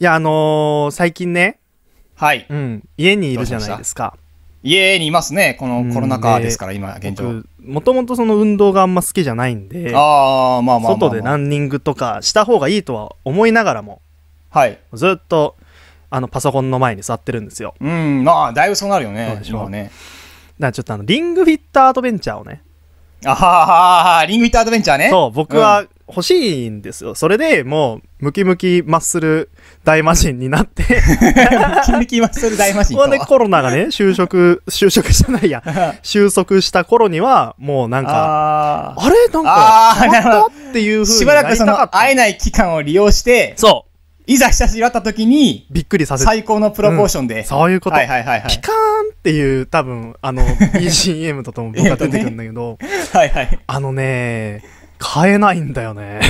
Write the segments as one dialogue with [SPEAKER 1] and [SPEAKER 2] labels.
[SPEAKER 1] いや、あのー最近ね、
[SPEAKER 2] はい。
[SPEAKER 1] うん、家にいるじゃないですか。
[SPEAKER 2] 家にいますね。このコロナ禍ですから、今、現状。
[SPEAKER 1] 僕、もともとその運動があんま好きじゃないんで、
[SPEAKER 2] ああ、まあまあまあ、まあ。
[SPEAKER 1] 外でランニングとかした方がいいとは思いながらも、
[SPEAKER 2] はい。
[SPEAKER 1] ずっと、あの、パソコンの前に座ってるんですよ。
[SPEAKER 2] うん、まあ、だいぶそうなるよね。
[SPEAKER 1] そうでしょ
[SPEAKER 2] 今はね。
[SPEAKER 1] だからちょっとあの、リングフィットアドベンチャーをね、
[SPEAKER 2] あははは、リングイットアドベンチャーね。
[SPEAKER 1] そう、僕は欲しいんですよ。それでもう、ムキムキマッスル大魔神にな って、
[SPEAKER 2] うん。筋力マッスル大魔神と
[SPEAKER 1] こ
[SPEAKER 2] は。
[SPEAKER 1] れでコロナがね、就職、就職じゃないや、収束した頃には、もうなんか、
[SPEAKER 2] あ
[SPEAKER 1] あれなん
[SPEAKER 2] あ
[SPEAKER 1] か、
[SPEAKER 2] ー
[SPEAKER 1] 変わったっていう
[SPEAKER 2] あ。
[SPEAKER 1] 風
[SPEAKER 2] し
[SPEAKER 1] に
[SPEAKER 2] ば
[SPEAKER 1] な
[SPEAKER 2] ら
[SPEAKER 1] り
[SPEAKER 2] くそ
[SPEAKER 1] たかっ
[SPEAKER 2] の、
[SPEAKER 1] た。
[SPEAKER 2] 会えない期間を利用して、
[SPEAKER 1] そ
[SPEAKER 2] いざ久しぶりに会った時に、
[SPEAKER 1] う。びっくりさせて。
[SPEAKER 2] 最高のプロポーションで。
[SPEAKER 1] そういうこと。
[SPEAKER 2] はいはいはいは
[SPEAKER 1] ピ
[SPEAKER 2] い。
[SPEAKER 1] カーンっていう、多分、あ の、BGM ととも僕が出てくるんだけど、
[SPEAKER 2] はいはい。
[SPEAKER 1] あのね、買えないんだよ ね。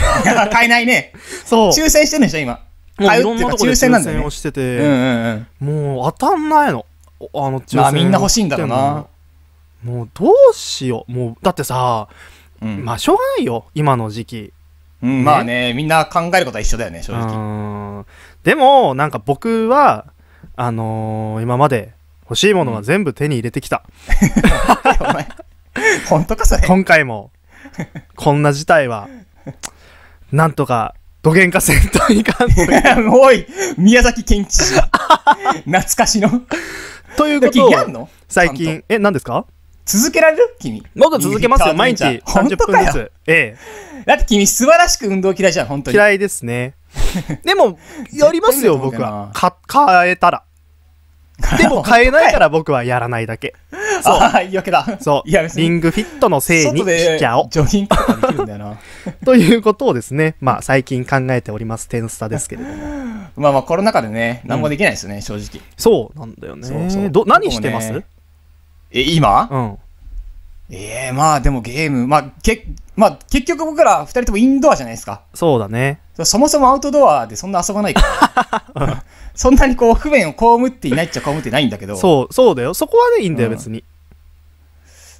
[SPEAKER 2] 買えないね。
[SPEAKER 1] そう。
[SPEAKER 2] 抽選してるんでしょ、今。
[SPEAKER 1] もう
[SPEAKER 2] 買
[SPEAKER 1] いうろ
[SPEAKER 2] っ
[SPEAKER 1] ん
[SPEAKER 2] ていう
[SPEAKER 1] な
[SPEAKER 2] か、
[SPEAKER 1] とこで
[SPEAKER 2] 抽選なんだよ
[SPEAKER 1] 抽
[SPEAKER 2] ね
[SPEAKER 1] を。して
[SPEAKER 2] う
[SPEAKER 1] て、
[SPEAKER 2] んうんうん。
[SPEAKER 1] もう当たんないの。おあの抽選
[SPEAKER 2] まあみんな欲しいんだろうな
[SPEAKER 1] もうどうしよう。もう、だってさ、
[SPEAKER 2] うん
[SPEAKER 1] まあしょうがないよ。今の時期。
[SPEAKER 2] うん、まあね、みんな考えることは一緒だよね、正
[SPEAKER 1] う
[SPEAKER 2] 直。
[SPEAKER 1] ーんでもなんか僕はあのー今まで欲しいものは全部手に入れてき た、
[SPEAKER 2] お前本当か、それ。
[SPEAKER 1] 今回もこんな事態はなんとかどげんかせんとい かん
[SPEAKER 2] おい、宮崎県 知事。懐かしの。
[SPEAKER 1] ということ
[SPEAKER 2] 君
[SPEAKER 1] を
[SPEAKER 2] やんの
[SPEAKER 1] 最。
[SPEAKER 2] ちゃん
[SPEAKER 1] 近え何ですか
[SPEAKER 2] と続けられる君。
[SPEAKER 1] 僕続けますよ毎日
[SPEAKER 2] 本
[SPEAKER 1] 30
[SPEAKER 2] 当か
[SPEAKER 1] 分ず
[SPEAKER 2] よ。
[SPEAKER 1] つえ
[SPEAKER 2] だって君、素晴らしく運動嫌いじゃん、本当
[SPEAKER 1] え
[SPEAKER 2] に。
[SPEAKER 1] 嫌いです ねでもやりますよ僕はか変えたらで も変えないから僕はやらないだけ
[SPEAKER 2] そう。ああ、言い訳だ。
[SPEAKER 1] そう
[SPEAKER 2] いや、別
[SPEAKER 1] リ
[SPEAKER 2] に。
[SPEAKER 1] ングフィットのせいに
[SPEAKER 2] 外で
[SPEAKER 1] し
[SPEAKER 2] ジ
[SPEAKER 1] ちゃおう
[SPEAKER 2] ョギングとかできるんだよな。
[SPEAKER 1] ということをですね、まあ最近考えております、テンスタですけれども。
[SPEAKER 2] まあまあ、コロナ禍でね、何もできないですよね、正直。
[SPEAKER 1] そうなんだよね。
[SPEAKER 2] そうそう
[SPEAKER 1] ど何してます、
[SPEAKER 2] 僕もねえ、今
[SPEAKER 1] うん。
[SPEAKER 2] ええまあでもゲーム、まあ、け、まあ結局僕ら二人ともインドアじゃないですか。
[SPEAKER 1] そうだ ね。
[SPEAKER 2] そそもそもアウトドアでそんな遊ばないから。そんなにこう不便を被っていないっちゃ被ってないんだけど。
[SPEAKER 1] そう、そうだよ。そこはね、いいんだよ、
[SPEAKER 2] うん
[SPEAKER 1] 別に。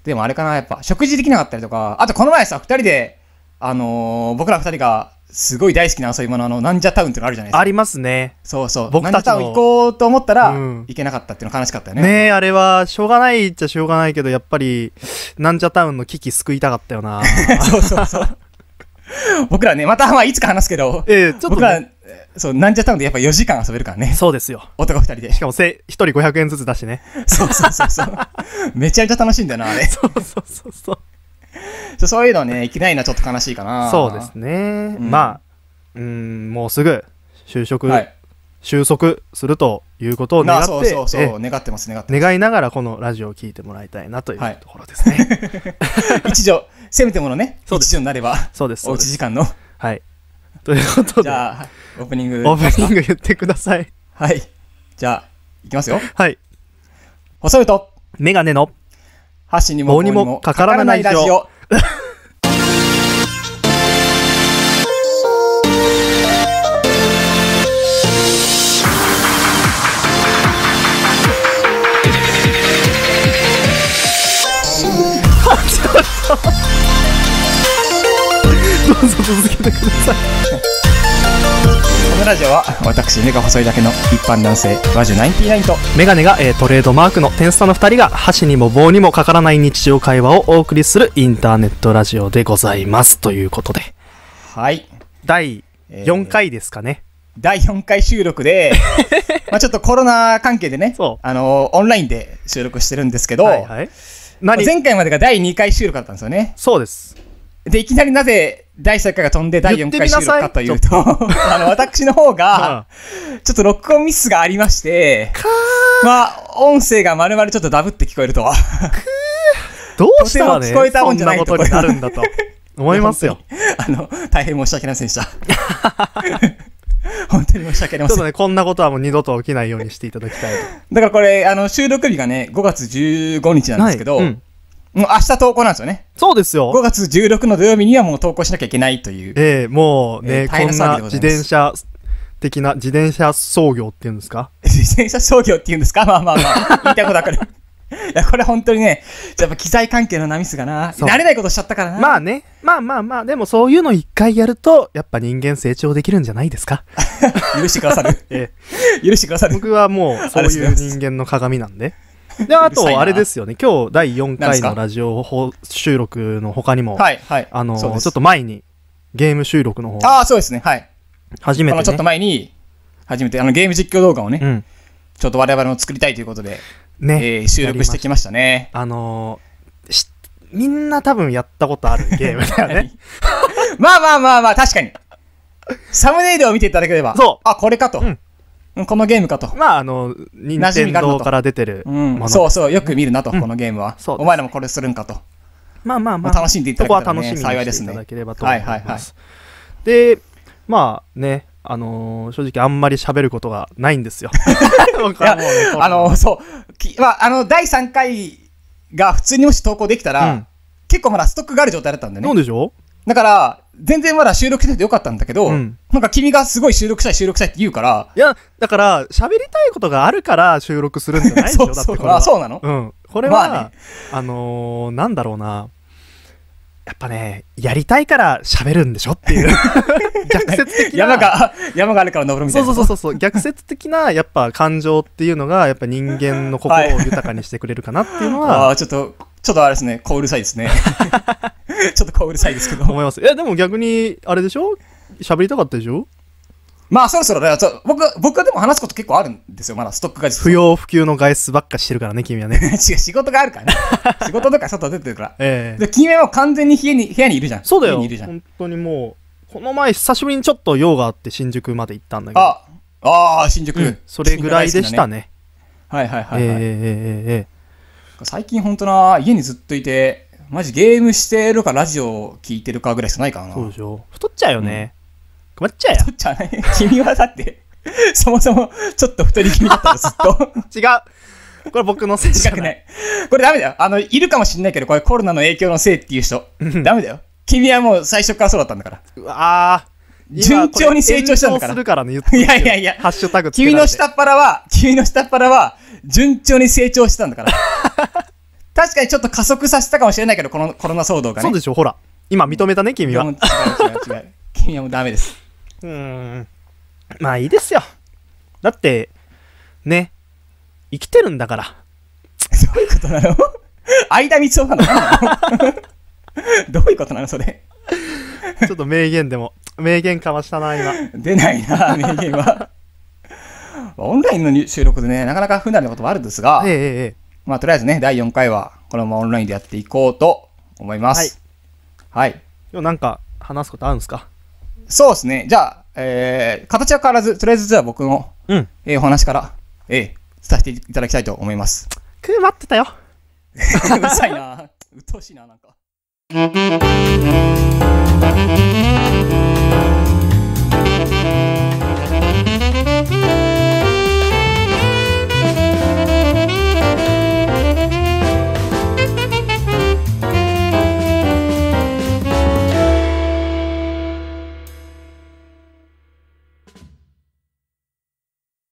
[SPEAKER 2] でもあれかな、やっぱ食事できなかったりとか、あとこの前さ、二人で、あのー僕ら二人がすごい大好きな遊び物、あの、なんじゃタウンってのあるじゃないです
[SPEAKER 1] あ
[SPEAKER 2] か。
[SPEAKER 1] りますね。
[SPEAKER 2] そうそう。
[SPEAKER 1] 僕たちの
[SPEAKER 2] なんじゃタウン行こうと思ったら、
[SPEAKER 1] うん
[SPEAKER 2] 行けなかったっていうの悲しかったよね。
[SPEAKER 1] ねえ、あれは、しょうがないっちゃしょうがないけど、やっぱり、なんちゃタウンの危機救いたかったよな。
[SPEAKER 2] そうそうそう。僕らね、また、まあいつか話すけど、
[SPEAKER 1] ええちょっと
[SPEAKER 2] 僕
[SPEAKER 1] ね、
[SPEAKER 2] ら、そう、なんじゃタウンでやっぱ4時間遊べるからね。
[SPEAKER 1] そうですよ。
[SPEAKER 2] 男二人 で
[SPEAKER 1] し。かもせ、一人500円ずつだしね。
[SPEAKER 2] そうそうそうそう。 めちゃめちゃ楽しいんだよな、あれ。
[SPEAKER 1] そうそうそうそう。
[SPEAKER 2] そうそういうのね、いけないのはちょっと悲しいかな。
[SPEAKER 1] そうです。ね。
[SPEAKER 2] うん
[SPEAKER 1] まあ、うーん、もうすぐ、就職、
[SPEAKER 2] はい。
[SPEAKER 1] 収束するということを願っ
[SPEAKER 2] な
[SPEAKER 1] て、
[SPEAKER 2] あ、そうそう
[SPEAKER 1] ええ
[SPEAKER 2] そう。願ってます、願ってま
[SPEAKER 1] 願いながらこのラジオを聞いてもらいたいなとい
[SPEAKER 2] は
[SPEAKER 1] う
[SPEAKER 2] い
[SPEAKER 1] ところですね。
[SPEAKER 2] す。一助、せめてものね、
[SPEAKER 1] そう
[SPEAKER 2] 一
[SPEAKER 1] です
[SPEAKER 2] 助になれば、
[SPEAKER 1] そうです。
[SPEAKER 2] お
[SPEAKER 1] そう
[SPEAKER 2] う
[SPEAKER 1] で
[SPEAKER 2] ち
[SPEAKER 1] す
[SPEAKER 2] 時間の。
[SPEAKER 1] はい。ということ
[SPEAKER 2] じ
[SPEAKER 1] で、
[SPEAKER 2] ゃあ、オープニング。
[SPEAKER 1] オープニング言ってください。
[SPEAKER 2] はい。じゃあ、いきますよ。
[SPEAKER 1] はい。
[SPEAKER 2] 細いと、
[SPEAKER 1] メガネの、
[SPEAKER 2] 箸にも
[SPEAKER 1] 棒にもかからないラジオ。どうぞ続けてください。
[SPEAKER 2] このラジオは、私、目が細いだけの一般男性、ラジオ99と、
[SPEAKER 1] メガネが、えートレードマークのテンスタの2人が箸にも棒にもかからない日常会話をお送りするインターネットラジオでございますということで
[SPEAKER 2] はい。
[SPEAKER 1] 第
[SPEAKER 2] えー
[SPEAKER 1] 4回ですかね、
[SPEAKER 2] 第4回収 録で、まあちょっとコロナ関係でね
[SPEAKER 1] そう、
[SPEAKER 2] あのオンラインで収録してるんですけど、
[SPEAKER 1] はいはい何
[SPEAKER 2] 前回までが第2回収録だったんですよね。
[SPEAKER 1] そうです
[SPEAKER 2] で、いきなりなぜ第3回が飛んで第4回収録かというと、 あの、私の方が、ちょっと録音ミスがありまして、まあ、音声がまるまるちょっとダブって聞こえるとは。
[SPEAKER 1] どうしたらね
[SPEAKER 2] とても聞こえたもんじゃない
[SPEAKER 1] そんなことになるんだと思いますよ。
[SPEAKER 2] あの、大変申し訳ありませんで した。本当に申し訳ありま
[SPEAKER 1] ちょ
[SPEAKER 2] せ
[SPEAKER 1] っ
[SPEAKER 2] ん。
[SPEAKER 1] とね、こんなことはもう二度と起きないようにしていただきたい
[SPEAKER 2] だからこれ、あの、収録日がね、5月15日
[SPEAKER 1] と。
[SPEAKER 2] なんですけど、
[SPEAKER 1] はいう
[SPEAKER 2] もうん明日投稿なんですよね。
[SPEAKER 1] そうです
[SPEAKER 2] 5
[SPEAKER 1] よ。
[SPEAKER 2] 月16の土曜日にはもう投稿しなきゃいけないという。
[SPEAKER 1] ええもうね、
[SPEAKER 2] えー大変
[SPEAKER 1] こ
[SPEAKER 2] なん騒ぎ
[SPEAKER 1] な
[SPEAKER 2] でござ
[SPEAKER 1] 自
[SPEAKER 2] います
[SPEAKER 1] 転車的な自転車操業っていうんですか
[SPEAKER 2] 自転車操業っていうんですかまあまあまあ。言いたいことだから。いや、これ本当にね、やっぱ機材関係のなミスがな、
[SPEAKER 1] そう
[SPEAKER 2] 慣れないことしちゃったからな。
[SPEAKER 1] まあね。まあまあまあ、でもそういうの一回やると、やっぱ人間成長できるんじゃないです か。
[SPEAKER 2] 許してくださる。
[SPEAKER 1] え
[SPEAKER 2] 許してくださ
[SPEAKER 1] え、
[SPEAKER 2] る。
[SPEAKER 1] 僕はもう、そういう人間の鏡なんで。 で、あ
[SPEAKER 2] うるさい
[SPEAKER 1] と、
[SPEAKER 2] な
[SPEAKER 1] あれですよね。今日、第4
[SPEAKER 2] なんで
[SPEAKER 1] 回
[SPEAKER 2] すか
[SPEAKER 1] のラジオ放収録の他にも、
[SPEAKER 2] はい、はい。
[SPEAKER 1] あの、ち
[SPEAKER 2] そう
[SPEAKER 1] ょ
[SPEAKER 2] です
[SPEAKER 1] っと前に、ゲーム収録の方、
[SPEAKER 2] ああ、そうですね。はい。
[SPEAKER 1] 初め
[SPEAKER 2] あの、ち
[SPEAKER 1] て
[SPEAKER 2] ょっと
[SPEAKER 1] ね。
[SPEAKER 2] 前に、初めて、あの、ゲーム実況動画をね、
[SPEAKER 1] うん。
[SPEAKER 2] ちょっと我々も作りたいということで、
[SPEAKER 1] ね。
[SPEAKER 2] えー収録してきましたね。
[SPEAKER 1] あのーしみんな多分やったこと あるゲームだよね。
[SPEAKER 2] まあまあまあまあ、確かに。サムネイルを見ていただければ、
[SPEAKER 1] そう
[SPEAKER 2] あ、これかと。
[SPEAKER 1] うん
[SPEAKER 2] うんこのゲームかと。
[SPEAKER 1] まあ、あの、任
[SPEAKER 2] 馴染
[SPEAKER 1] 天
[SPEAKER 2] みがあるの
[SPEAKER 1] 堂
[SPEAKER 2] と
[SPEAKER 1] から出てる
[SPEAKER 2] う
[SPEAKER 1] もの。
[SPEAKER 2] ん、そうそう、よく見るなと、
[SPEAKER 1] うん
[SPEAKER 2] このゲームは。
[SPEAKER 1] そうです
[SPEAKER 2] お前らもこれするんかと。
[SPEAKER 1] まあまあまあ、
[SPEAKER 2] もう楽しんでいただけたらね
[SPEAKER 1] そこは楽しみに
[SPEAKER 2] 幸いで
[SPEAKER 1] し
[SPEAKER 2] す
[SPEAKER 1] てい
[SPEAKER 2] ね
[SPEAKER 1] ただければと思います。
[SPEAKER 2] はいはいはい
[SPEAKER 1] で、まあね、あのー正直あんまり喋ることがないん ですよ。僕
[SPEAKER 2] いや
[SPEAKER 1] はもうね、
[SPEAKER 2] あの、そう、きまあ、あの、第3回が普通にもし投稿できたら、
[SPEAKER 1] うん
[SPEAKER 2] 結構まだストックがある状態だったんだよ
[SPEAKER 1] どう
[SPEAKER 2] ね。
[SPEAKER 1] でしょ
[SPEAKER 2] だから、全然まだ収録しててよかったんだけど、
[SPEAKER 1] うん
[SPEAKER 2] なんか君がすごい収録したい収録したいって言うから、
[SPEAKER 1] ういや、だから、喋りたいことがあるから収録するんじゃないでしょ
[SPEAKER 2] そう
[SPEAKER 1] だって
[SPEAKER 2] そう
[SPEAKER 1] これは。
[SPEAKER 2] あそうなの
[SPEAKER 1] うん。これは、
[SPEAKER 2] まあね
[SPEAKER 1] あのーなんだろうな。やっぱね、やりたいから喋るんでしょって いう。逆説的な。
[SPEAKER 2] 山が、山があるから登るみたい
[SPEAKER 1] そう
[SPEAKER 2] な。
[SPEAKER 1] そうそうそうそう逆説的なやっぱ感情っていうのがやっぱ人間の心を豊かにしてくれるかなっていうの
[SPEAKER 2] あ
[SPEAKER 1] は
[SPEAKER 2] あ、ちょっと、ちょっとあれですね、こううるさいですね。 ちょっとこううるさいです けど。
[SPEAKER 1] 思いますいやでも逆にあれでしょ喋りたかったでしょ
[SPEAKER 2] まあそろそろね、ちょ僕は、僕はでも話すこと結構あるんですよ、まだスト ックが実は。
[SPEAKER 1] 不要不急の外出ばっかしてるからね君はね
[SPEAKER 2] 違う、仕事があ るからね。仕事とか外出てるから。
[SPEAKER 1] ええ
[SPEAKER 2] で、君はもう完全に家に、部屋にいるじゃん。
[SPEAKER 1] そうだよ
[SPEAKER 2] 家にいるじゃん。
[SPEAKER 1] 本当にもうこの前久しぶりにちょっと用があって新宿まで行ったんだけど
[SPEAKER 2] あ、ああ、新宿、
[SPEAKER 1] うんそれぐらいでした
[SPEAKER 2] ね。
[SPEAKER 1] ね
[SPEAKER 2] はいはい
[SPEAKER 1] え
[SPEAKER 2] は
[SPEAKER 1] え
[SPEAKER 2] い、
[SPEAKER 1] え
[SPEAKER 2] は
[SPEAKER 1] ええ
[SPEAKER 2] い
[SPEAKER 1] ええ
[SPEAKER 2] 最近ほんとな、家にずっといて、マジゲームしてるかラジオ聞いてるかぐらいしかないからな。
[SPEAKER 1] そうでしょ太っちゃうよね困っちゃうよ
[SPEAKER 2] 太っちゃない君はだって、そもそもちょっと太り気味だったらずっと。
[SPEAKER 1] 違うこれ僕のせいじ
[SPEAKER 2] 近
[SPEAKER 1] ゃ
[SPEAKER 2] く
[SPEAKER 1] な
[SPEAKER 2] ないい。これダメだよ。あの、いるかもしんないけど、これコロナの影響のせいっていう人。ダメだよ。君はもう最初からそうだったんだから。
[SPEAKER 1] うわー
[SPEAKER 2] 順調に成長したんだか
[SPEAKER 1] 炎上す
[SPEAKER 2] ら
[SPEAKER 1] るからね、言ってる
[SPEAKER 2] い やいやいや
[SPEAKER 1] ハッシュタグつけられ
[SPEAKER 2] 君
[SPEAKER 1] て
[SPEAKER 2] の下っ腹は、君の下っ腹は、順調に成長してたんだから。確かにちょっと加速させたかもしれないけど、このコロナ騒動がね。
[SPEAKER 1] そうでしょ、ほら。今認めたね、君
[SPEAKER 2] いやも
[SPEAKER 1] は
[SPEAKER 2] う。違う違う違う。君はもうダメです。
[SPEAKER 1] うーん。まあいいですよ。だって、ね、生きてるんだ から。
[SPEAKER 2] どういうことなの 間道夫なの何なの どういうことなのそれ。
[SPEAKER 1] ちょっと名言でも、名言かましたな、 今。
[SPEAKER 2] 出ないな、名言は。 オンラインの入収録でね、なかなか不慣れなこともあるんですが、
[SPEAKER 1] えええええ
[SPEAKER 2] まあ、とりあえずね、第4回は、このままオンラインでやっていこうと思います。はい。
[SPEAKER 1] え。でもなんか、話すことあるんですか
[SPEAKER 2] そうですね。じゃあ、えー、形は変わらず、とりあえずじゃあ僕の、
[SPEAKER 1] うん。
[SPEAKER 2] えー、お話から、えー、伝えていただきたいと思います。
[SPEAKER 1] くー待ってたよ。
[SPEAKER 2] うるさいな。うっとうしいな、なんか。